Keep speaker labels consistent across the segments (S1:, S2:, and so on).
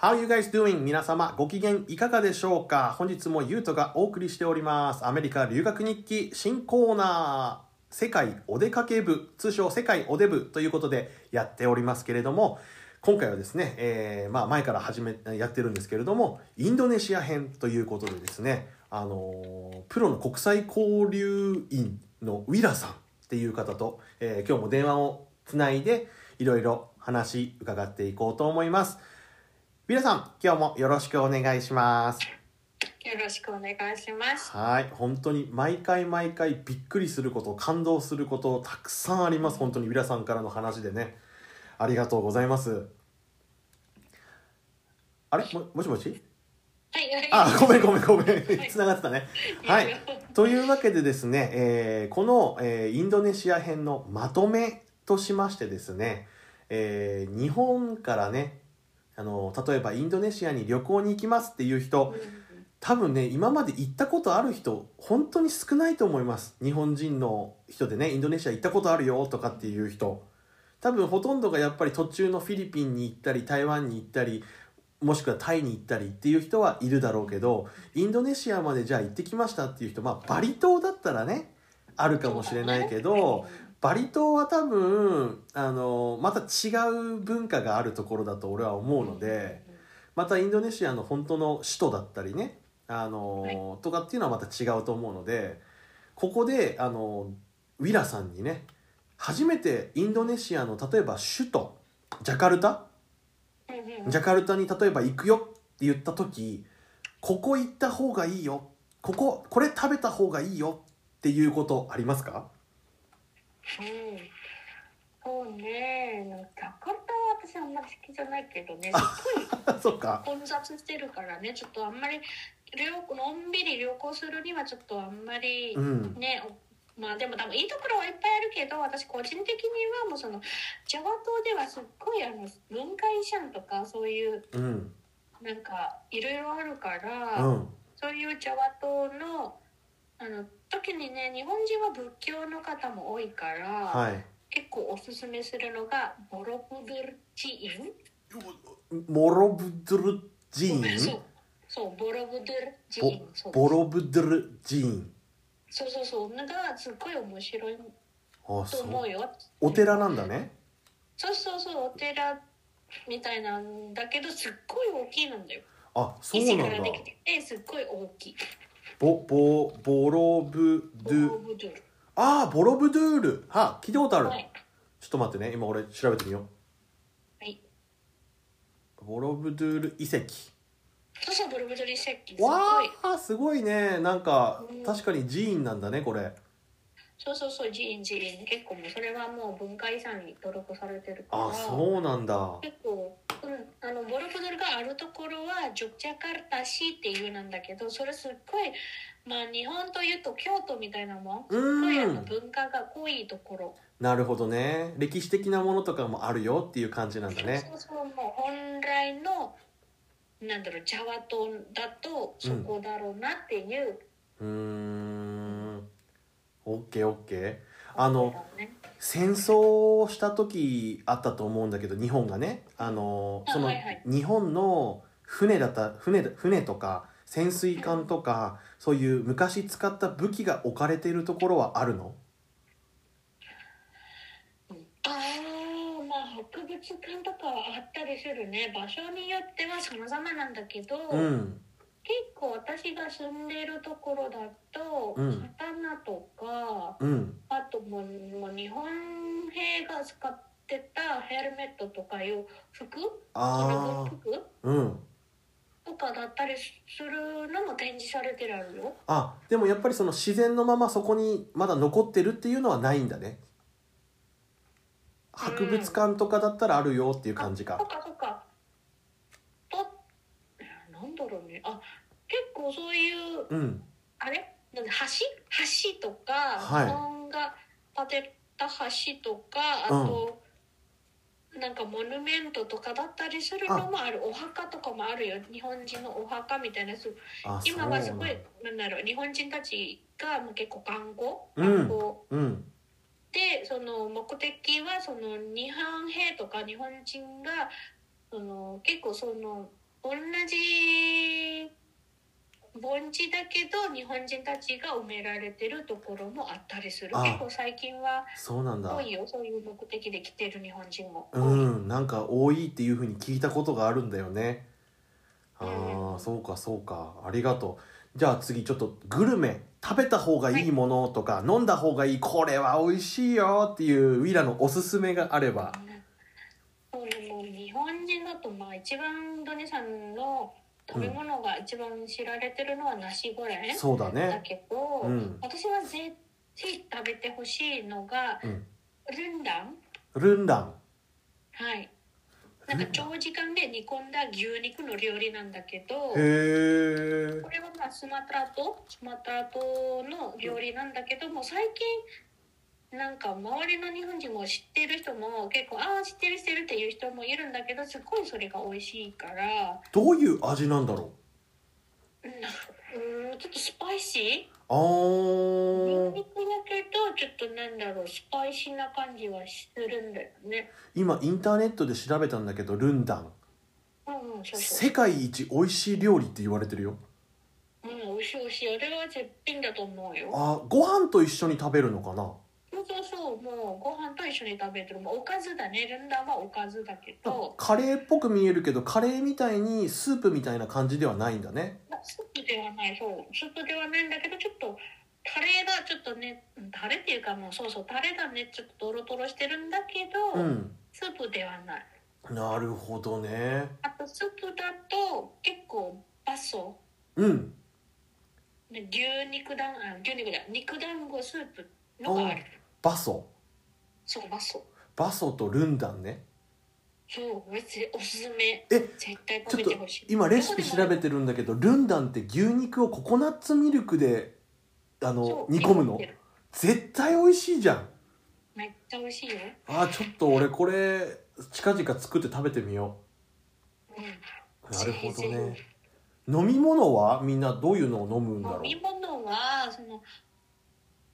S1: How you guys doing? 皆様、ご機嫌いかがでしょうか本日もゆうとがお送りしております。アメリカ留学日記新コーナー、世界お出かけ部、通称世界お出部ということでやっておりますけれども、今回はですね、えーまあ前から始め、やってるんですけれども、インドネシア編ということでですね、あのープロの国際交流員のウィラさんっていう方と、えー今日も電話をつないで、いろいろ話伺っていこうと思います。皆さん、今日もよろしくお願いします。
S2: よろしくお願いします。
S1: はい、本当に毎回毎回びっくりすること、感動すること、たくさんあります。本当に皆さんからの話でね。ありがとうございます。あれももしもし
S2: はい、
S1: あ、ごめんごめんごめん
S2: は。い
S1: 繋がってたね。はい。 というわけでですね、えーこの、えーインドネシア編のまとめとしましてですね、えー日本からねあの例えばインドネシアに旅行に行きますっていう人多分ね今まで行ったことある人本当に少ないと思います日本人の人でねインドネシア行ったことあるよとかっていう人多分ほとんどがやっぱり途中のフィリピンに行ったり台湾に行ったりもしくはタイに行ったりっていう人はいるだろうけどインドネシアまでじゃあ行ってきましたっていう人まあバリ島だったらねあるかもしれないけどバリ島は多分あのまた違う文化があるところだと俺は思うので。またインドネシアの本当の首都だったりね、あのーとかっていうのはまた違うと思うのでここで、あのーウィラさんにね初めてインドネシアの例えば首都ジャカルタ
S2: うんうんうん
S1: ジャカルタに例えば行くよって言った時ここ行った方がいいよこここれ食べた方がいいよっていうことあります か
S2: うんそうね、ジャカルタは私あんまり好きじゃないけどね、
S1: あそっか
S2: 混雑してるからね、ちょっとあんまり旅行のんびり旅行するにはちょっとあんまり
S1: うん
S2: ね、おまあでも多分いいところはいっぱいあるけど、私個人的にはもうそのジャワ島ではすっごいあの文化遺産とかそういう
S1: うん
S2: なんかいろいろあるから。
S1: うん
S2: そういうジャワ島のあの時にね日本人は仏教の方も多いから、
S1: はい
S2: 結構おすすめするのがボロブドゥル寺院
S1: モロブドゥル寺
S2: ごめんそう
S1: 院
S2: そうボロブドゥル寺院そう
S1: ボロブドゥル寺院
S2: そうそうそうのがすっごい面白い
S1: あ
S2: と
S1: そう
S2: 思うよ
S1: お寺なんだね
S2: そうそうそうお寺みたいなんだけどすっごい大きいなんだよ
S1: あそう
S2: 石
S1: な
S2: か
S1: んだ
S2: らできててすっごい大きい
S1: ボボボロブド
S2: ボロ
S1: ゥ
S2: ブドゥル
S1: あーボロブドゥールは聞いたことある、
S2: はい
S1: ちょっと待ってね今俺調べてみよう
S2: はい
S1: ボロブドゥール遺跡
S2: そうそうボロブドゥル遺跡すご
S1: わ
S2: い
S1: あすごいねなんか
S2: うん
S1: 確かに寺院なんだねこれ
S2: そうそうそう寺院寺院結構もうそれはもう文化遺産に登録されてるから
S1: あそうなんだ
S2: 結構、うん、あのボロブドゥルがあるところはジョクジャカルタ市っていうなんだけどそれすっごいまあ日本というと京都みたいなもん
S1: う
S2: すっごいあの
S1: ん
S2: 文化が濃いところ、
S1: なるほどね歴史的なものとかもあるよっていう感じなんだね
S2: そうそうもう本来のなんだろうジャワ島だとそこだろうなっていう、
S1: うーんオッケーオッケーあの
S2: ところだね
S1: 戦争をした時あったと思うんだけど日本がねあの
S2: あ
S1: その
S2: はいはい
S1: 日本の船だった船だ船とか潜水艦とかそういう昔使った武器が置かれているところはあるの
S2: ああまあ博物館とかはあったりするね場所によっては様々なんだけど、
S1: うん
S2: 結構私が住んでいるところだと、
S1: うん
S2: 刀とか
S1: うん
S2: あともうもう日本兵が使ってたヘルメットとかいう服
S1: あ
S2: 防具服
S1: あうん
S2: とかだったりするのも展示されてるあるよ
S1: あでもやっぱりその自然のままそこにまだ残ってるっていうのはないんだね博物館とかだったらあるよっていう感じ
S2: あ
S1: か
S2: そっかそっかとなんだろうねあ結構そういう
S1: うん
S2: あれなんで橋橋とか、
S1: はい
S2: 日本が建てた橋とかあと、なんかモニュメントとかだったりするのもあるお墓とかもあるよ日本人のお墓みたいなやつ
S1: あそう
S2: 今
S1: なん
S2: は
S1: だ
S2: すごいなんだろう日本人たちがまあ結構観光
S1: うん
S2: 観光
S1: うん
S2: でその目的はその日本兵とか日本人がその結構その同じ盆地だけど日本人たちが埋められてるところもあったりする
S1: あ
S2: 結構最近は
S1: そうなんだ
S2: 多いよそういう目的で来てる日本人も、
S1: うんなんか多いっていうふうに聞いたことがあるんだよねあ
S2: う
S1: あ
S2: ん
S1: そうかそうかありがとうじゃあ次ちょっとグルメ食べた方がいいものとか、飲んだ方がいいこれは美味しいよっていうウィラのおすすめがあれば
S2: そうねもう日本人だとまあ一番ドネさんの食べ物が一番知られてるのはナシゴレン
S1: そうだ
S2: だ
S1: ね
S2: けど、
S1: うん
S2: 私はぜひ食べてほしいのが
S1: うん
S2: ルンダン
S1: ルンダン
S2: はいなんか長時間で煮込んだ牛肉の料理なんだけど
S1: へえ
S2: これはまあスマトラ島スマトラ島の料理なんだけども最近なんか周りの日本人も知ってる人も結構ああ知ってる知ってるっていう人もいるんだけどすごいそれが美味しいから
S1: どういう味なんだろう
S2: うんうんちょっとスパイシ
S1: あ
S2: ー
S1: ー
S2: ニンニクだけどちょっとなんだろうスパイシーな感じはするんだよね
S1: 今インターネットで調べたんだけどルンダン
S2: うんうんそうそう
S1: 世界一美味しい料理って言われてるよ
S2: うん美味しい美味しいあれは絶品だと思うよ
S1: あーご飯と一緒に食べるのかな
S2: そうそうそうもうご飯と一緒に食べてるもうおかずだねルンダンはおかずだけど
S1: カレーっぽく見えるけどカレーみたいにスープみたいな感じではないんだね
S2: まあスープではないそうスープではないんだけどちょっとタレがちょっとねうんタレっていうかもうそうそうタレがねちょっとドロドロしてるんだけど、
S1: うん
S2: スープではない
S1: なるほどね
S2: あとスープだと結構バソ
S1: うん
S2: ね牛肉だんあ牛肉だ肉団子スープのがある
S1: バソ
S2: そうバソ
S1: バソとルンダンね
S2: そうめっちゃおすすめ
S1: え
S2: 絶対
S1: ちょっ
S2: 食べ
S1: と
S2: てほしい
S1: 今レシピ調べてるんだけどルンダンって牛肉をココナッツミルクであの
S2: そう
S1: 煮込むの
S2: てる
S1: 絶対美味しいじゃん
S2: めっちゃ美味しいよ
S1: あーちょっと俺これ近々作って食べてみよ
S2: うん
S1: うなるほど
S2: ぜ
S1: ね飲み物はみんなどういうのを飲むんだろ
S2: 飲
S1: う
S2: み物はその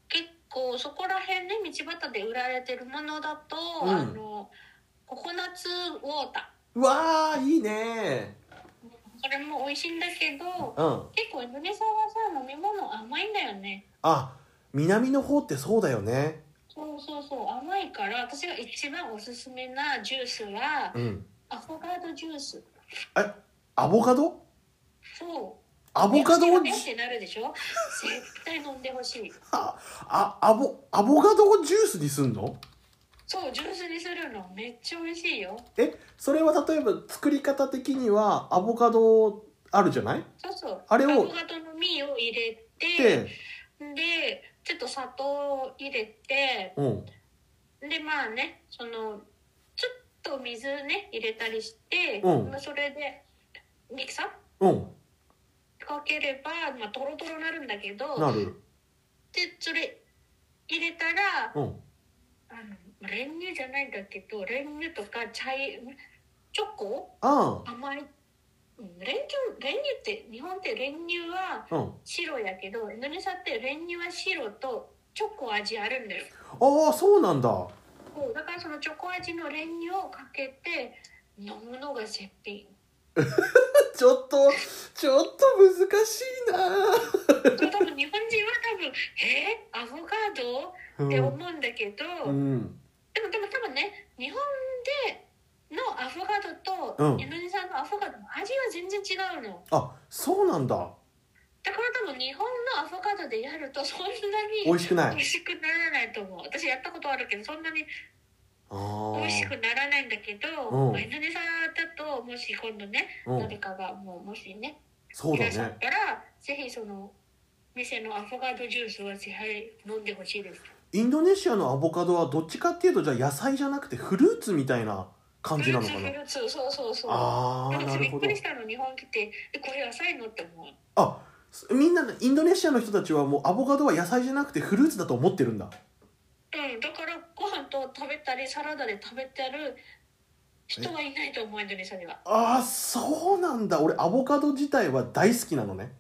S2: 結構そこら辺ね道端で売られてるものだと、
S1: うん
S2: あのココナッツウォータ
S1: うわーいいね
S2: ーそれも美味しいんだけど
S1: うん
S2: 結構インドネシアはさ飲み物甘いんだよね
S1: あ南の方ってそうだよね
S2: そうそうそう甘いから私が一番おすすめなジュースは
S1: うん
S2: アフォガードジュース
S1: えアボカド
S2: そう
S1: アボカドを
S2: ね
S1: じ
S2: ってなるでしょ絶対飲んでほしい
S1: ああアボアボカドをジュースにすんの
S2: そうジュースにするのめっちゃ美味しいよ
S1: えそれは例えば作り方的にはアボカドあるじゃない
S2: そうそう
S1: あれを
S2: アボカドの実を入れて
S1: で、
S2: でちょっと砂糖を入れて
S1: うん、
S2: でまあねそのちょっと水ね入れたりして、
S1: うん
S2: まあそれでミキサ
S1: う
S2: ー
S1: ん
S2: かければ、まあ、トロトロなるんだけど
S1: なる
S2: でそれ入れたら
S1: うん
S2: あの練乳じゃないんだけど練乳とかチャイチョコ
S1: あ
S2: 甘いうん練乳練乳って日本って練乳は
S1: あうん
S2: 白やけどインドネシアって練乳は白とチョコ味あるんだよ
S1: ああそうなんだ
S2: そうだからそのチョコ味の練乳をかけて飲むのが絶品
S1: ちょっとちょっと難しいな
S2: これ多分日本人は多分 「えー、アボカド?」って
S1: ー
S2: 思うんだけど、
S1: うん、うん、
S2: でもでも多分ね日本でのアフガード
S1: う
S2: と
S1: ん
S2: インドネシアのアフガードの味は全然違うの
S1: あそうなんだ
S2: だから多分日本のアフガードでやるとそんな
S1: 美
S2: に
S1: 味しくな
S2: 美
S1: い
S2: 味しくならないと思う私やったことあるけどそんなに
S1: ああ
S2: 美味しくならないんだけ
S1: うん
S2: ど、まあインドネシアだともし今度ね
S1: う
S2: 誰
S1: ん
S2: かがもうもしね
S1: そうだ
S2: 皆さん
S1: ね
S2: からぜひその店のアフォガードジュースはぜひ飲んでほしいです。
S1: インドネシアのアボカドはどっちかっていうとじゃあ野菜じゃなくてフルーツみたいな感じなのか
S2: フ
S1: な
S2: ルーツフルーツそうそうそう。
S1: ああ
S2: 私
S1: なる
S2: びっ
S1: ほ
S2: く
S1: ど
S2: りしたの日本来てえこれ野菜のって思う。
S1: あみんなインドネシアの人たちはもうアボカドは野菜じゃなくてフルーツだと思ってるんだ
S2: うんだからご飯と食べたりサラダで食べてる人はいないと思うインドネシアには。
S1: ああそうなんだ俺アボカド自体は大好きなのね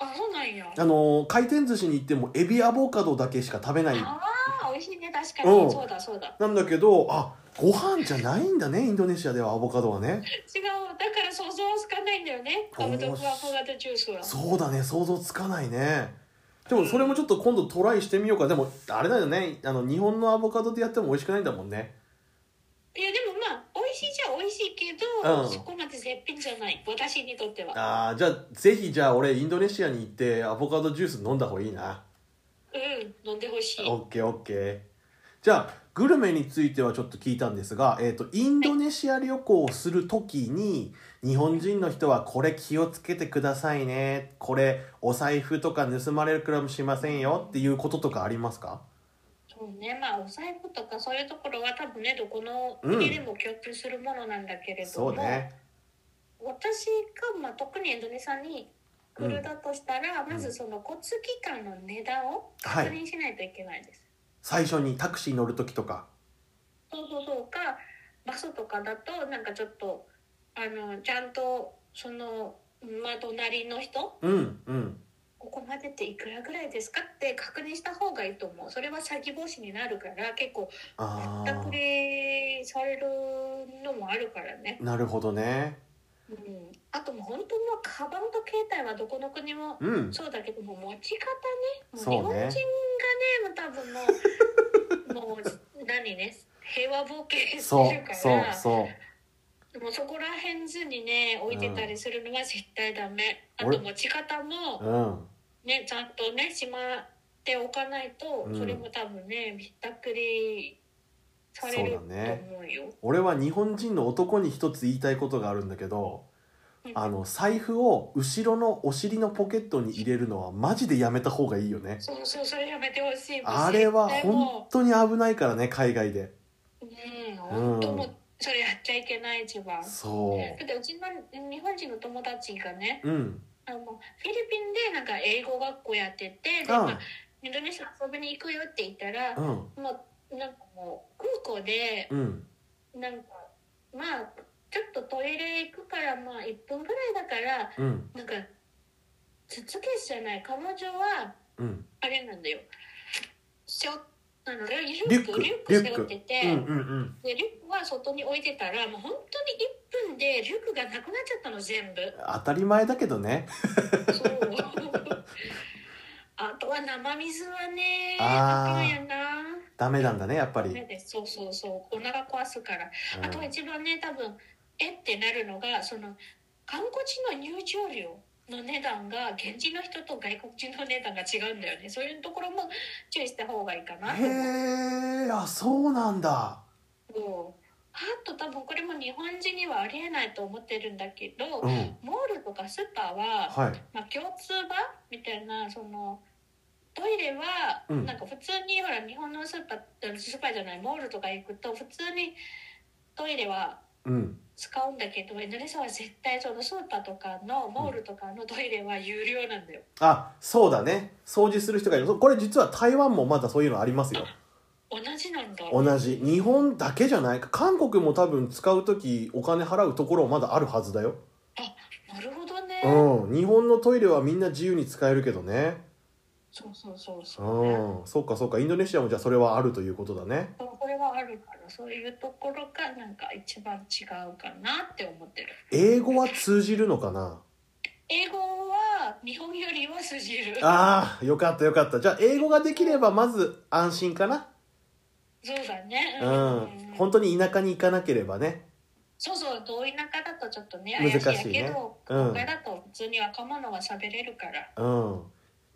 S2: あそうなんや。
S1: あのー回転寿司に行ってもエビアボカドだけしか食べない
S2: ああ美味しいね確か
S1: うん
S2: にそうだそうだ。
S1: なんだけどあご飯じゃないんだねインドネシアではアボカドはね
S2: 違うだから想像はつかないんだよねカブトクアボカドジュースは
S1: そうだね想像つかないねでもそれもちょっと今度トライしてみようかでもあれだよねあの日本のアボカドでやっても美味しくないんだもんね
S2: いやでもまあ美味しいじゃ美味しいけど、
S1: うん
S2: そこまで絶品じゃない私にとっては
S1: ああじゃあぜひじゃあ俺インドネシアに行ってアボカドジュース飲んだ方がいいな
S2: うん飲んでほしい
S1: オッケーオッケーじゃあグルメについてはちょっと聞いたんですが、えー、とインドネシア旅行をする時に日本人の人はこれ気をつけてくださいねこれお財布とか盗まれるかもしれませんよっていうこととかありますか
S2: そうねまあお財布とかそういうところは多分ねどこの国でも共通するものなんだけれど
S1: そ
S2: も、
S1: うね
S2: 私が、まあ、特にエンドネシアに来るだとしたら、まずその交通機関の値段を
S1: はい
S2: 確認しないといけないです。
S1: 最初にタクシー乗る時とか
S2: そうそうそうかバスとかだとなんかちょっとあのちゃんとその、まあ、隣の人
S1: うんうん
S2: ここまでっていくらぐらいですかって確認した方がいいと思うそれは詐欺防止になるから結構
S1: あ
S2: ったく
S1: あ
S2: りされるのもあるからね、
S1: なるほどね
S2: うん、あともう本当もうカバンと携帯はどこの国も
S1: うん
S2: そうだけども持ち方ね
S1: そ
S2: も
S1: う
S2: う
S1: ね
S2: 日本人がねもう多分も うもう何ね平和ボケして
S1: そう
S2: るから
S1: そうそう
S2: もうそこら辺ずにね置いてたりするのは絶対ダメ、
S1: うん
S2: あと持ち方も
S1: うん
S2: ねちゃんとねしまっておかないと、
S1: うん
S2: それも多分ねひったくりされると思うよ。
S1: 俺は日本人の男に一つ言いたいことがあるんだけど、
S2: うん
S1: あの財布を後ろのお尻のポケットに入れるのはマジでやめた方がいいよね
S2: そうそうそれやめてほしい
S1: あれは
S2: で
S1: 本
S2: も
S1: 当に危ないからね海外で
S2: うん本当もうそれやっちゃいけない一番だ
S1: そ
S2: ってうちの日本人の友達がね
S1: ううん
S2: あのフィリピンでなんか英語学校やっててで、まあ、インドネシア遊びに行くよって言ったら
S1: う、ん
S2: もうなんかもう空港で
S1: うん
S2: なんかまあちょっとトイレ行くからまあ1分ぐらいだから
S1: うん
S2: なんか筒消しじゃない彼女は
S1: うん
S2: あれなんだよ背負っあのリュ
S1: リュ
S2: ッ
S1: ック
S2: クリュ
S1: リ
S2: ック
S1: ュッ
S2: 背
S1: ク
S2: 負ってて、
S1: うんうんうん
S2: でリュックは外に置いてたらもう本当に1分でリュックがなくなっちゃったの全部
S1: 当たり前だけどね
S2: そう あとは生水はね
S1: あ
S2: あ
S1: ー
S2: かんやな
S1: ダメなんだねやっぱり、
S2: ダメですそうそうそうお腹壊すから、
S1: うん
S2: あとは一番ね多分えってなるのがその観光地の入場料の値段が現地の人と外国人の値段が違うんだよねそういうところも注意した方がいいかなと思う
S1: へえあそうなんだ
S2: そうあと多分これも日本人にはありえないと思ってるんだけど、
S1: うん
S2: モールとかスーパーは、
S1: はい
S2: まあ、共通場みたいなそのトイレは
S1: うん
S2: なんか普通に、ほら日本のスーパーあのスーパーじゃないモールとか行くと普通にトイレは
S1: うん
S2: 使うんだけどエンドネシアは絶対そのスーパーとかのモールとかのトイレは有料なんだよ。
S1: あそうだね掃除する人がいるこれ実は台湾もまだそういうのありますよ
S2: 同じなんだ。
S1: 同じ日本だけじゃない韓国も多分使う時お金払うところまだあるはずだよ、
S2: なるほどね。
S1: うん、日本のトイレはみんな自由に使えるけどね
S2: そうそうそうそう、ね。
S1: うんそうかそうかインドネシアもじゃあそれはあるということだね
S2: そうこれはあるからそういうところがなんか一番違うかなって思ってる
S1: 英語は通じるのかな
S2: 英語は日本よりは通じる
S1: ああよかったよかったじゃあ英語ができればまず安心かな
S2: そうだね
S1: うん
S2: うん
S1: 本当に田舎に行かなければね
S2: そうそう同田舎だとちょっとね
S1: 難しいね
S2: 怪しいやけど
S1: うん
S2: 都会だと普通に若者は喋れるから
S1: うん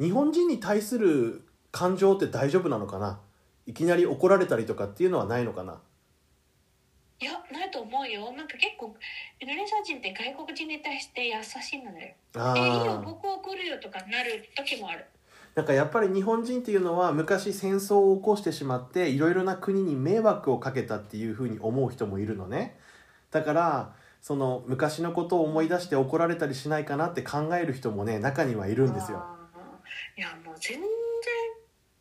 S1: 日本人に対する感情って大丈夫なのかないきなり怒られたりとかっていうのはないのかない
S2: やないと思うよなんか結構インドネシア人って外国人に対して優しいのだよ「
S1: あ
S2: えいい
S1: ー
S2: よ僕送るよ」とかなる時もある
S1: なんかやっぱり日本人っていうのは昔戦争を起こしてしまっていろいろな国に迷惑をかけたっていうふうに思う人もいるのねだからその昔のことを思い出して怒られたりしないかなって考える人もね中にはいるんですよ
S2: あーいやもう全然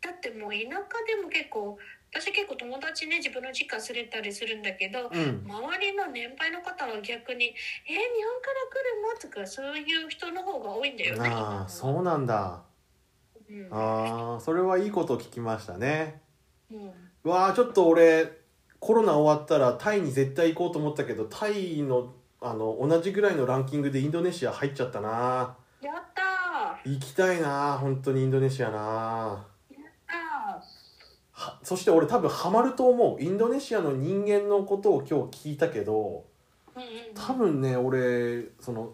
S2: だってもう田舎でも結構私結構友達ね自分の実家すれたりするんだけど
S1: うん
S2: 周りの年配の方は逆に「えー日本から来るの?」とかそういう人の方が多いんだよね。
S1: ああ
S2: う
S1: そうなんだ
S2: ん
S1: ああそれはいいことを聞きましたね
S2: うん
S1: わあちょっと俺コロナ終わったらタイに絶対行こうと思ったけどタイのあの同じぐらいのランキングでインドネシア入っちゃったな
S2: やった
S1: 行きたいな本当にインドネシアな
S2: ーあ
S1: はそして俺多分ハマると思うインドネシアの人間のことを今日聞いたけど
S2: ーうんうん
S1: 多分ね俺その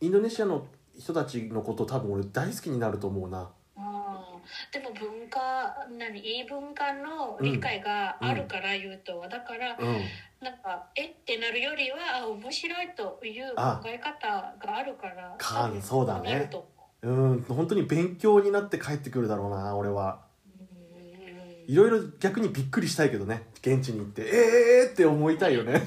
S1: インドネシアの人たちのこと多分俺大好きになると思うな
S2: あーでも文化何いい文化の理解があるから言うとは、だから
S1: うん
S2: なんかえってなるよりはあ面白いという
S1: あ
S2: 考え方があるから
S1: か
S2: 多分
S1: そうだね
S2: なると思
S1: うん本当に勉強になって帰ってくるだろうな俺は
S2: ううん
S1: いろいろ逆にびっくりしたいけどね現地に行ってええー、って思いたいよね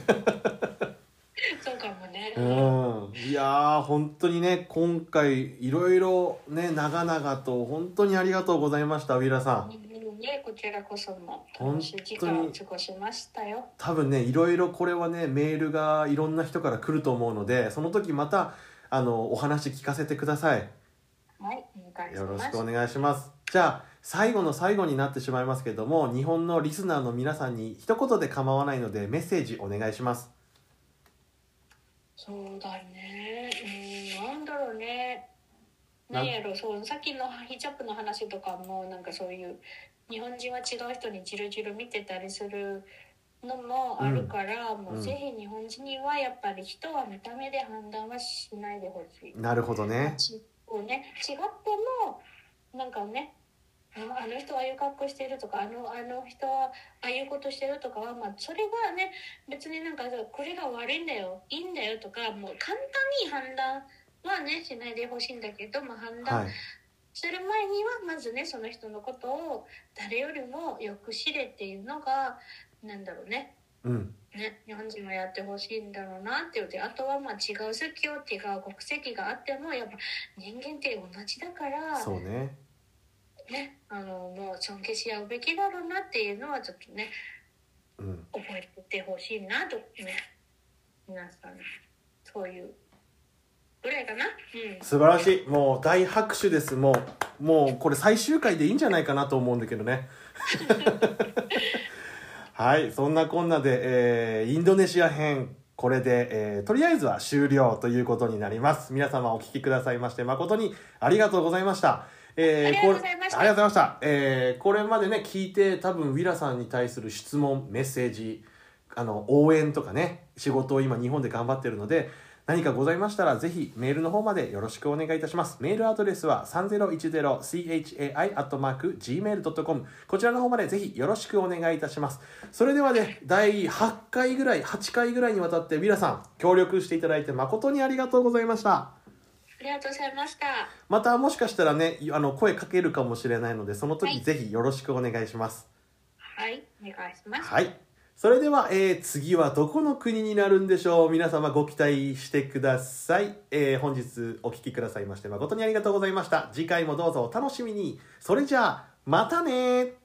S2: そうかもね。
S1: うんいやー本当にね今回いろいろね長々と本当にありがとうございましたウィラさん
S2: ね、こちらこそも楽しい時間を過ごしましたよ。
S1: 多分ねいろいろこれはねメールがいろんな人から来ると思うのでその時またあのお話聞かせてください
S2: はい、お願いし
S1: よろ
S2: ま
S1: し
S2: す
S1: くお。願いしますじゃあ最後の最後になってしまいますけども日本のリスナーの皆さんに一言で構わないのでメッセージお願いします
S2: そうだね。うん、なんだろうね。
S1: な
S2: なんやろそう、さっきのヒジャップの話とかも、なんかそういう。日本人は違う人にじるじる見てたりする。のもあるから、もううんぜひ日本人にはやっぱり人は見た目で判断はしないでほしい。
S1: なるほどね
S2: ちこうね違ってもなんかねああの人はああいう格好してるとかあのあの人はああいうことしてるとかは、まあ、それがね別になんかそうこれが悪いんだよいいんだよとかもう簡単に判断はねしないでほしいんだけど、まあ、判
S1: は
S2: 断
S1: い
S2: する前にはまずねその人のことを誰よりもよく知れっていうのがなんだろうね
S1: うん
S2: ね、日本人はやってほしいんだろうなっていうであとはまあ違う宗教っていうか国籍があってもやっぱ人間って同じだから、
S1: そうね
S2: ね、あのもう尊敬し合うべきだろうなっていうのはちょっとね
S1: うん
S2: 覚えててほしいなとね皆さんそういうぐらいかな。うん
S1: 素晴らしいもう大拍手ですもうもうこれ最終回でいいんじゃないかなと思うんだけど ねはいそんなこんなで、えーインドネシア編これで、えーとりあえずは終了ということになります皆様お聞きくださいまして誠にありがとうございましたえー
S2: ありがとうございまし
S1: こ
S2: た
S1: れありがとうございました、えーこれまでね聞いて多分ウィラさんに対する質問メッセージあの応援とかね仕事を今日本で頑張ってるので何かございましたらぜひメールの方までよろしくお願いいたしますメールアドレスは 3010chai.gmail.com こちらの方までぜひよろしくお願いいたしますそれではね第8回ぐらい8回ぐらいにわたってウィラさん協力していただいて誠にありがとうございました
S2: ありがとうございました。
S1: またもしかしたらねあの声かけるかもしれないのでその
S2: は
S1: 時
S2: い
S1: ぜひよろしくお願いします
S2: はい、お願いします。
S1: はい。それでは、えー次はどこの国になるんでしょう皆様ご期待してください。えー本日お聞きくださいまして誠にありがとうございました。次回もどうぞお楽しみに。それじゃあ、またねー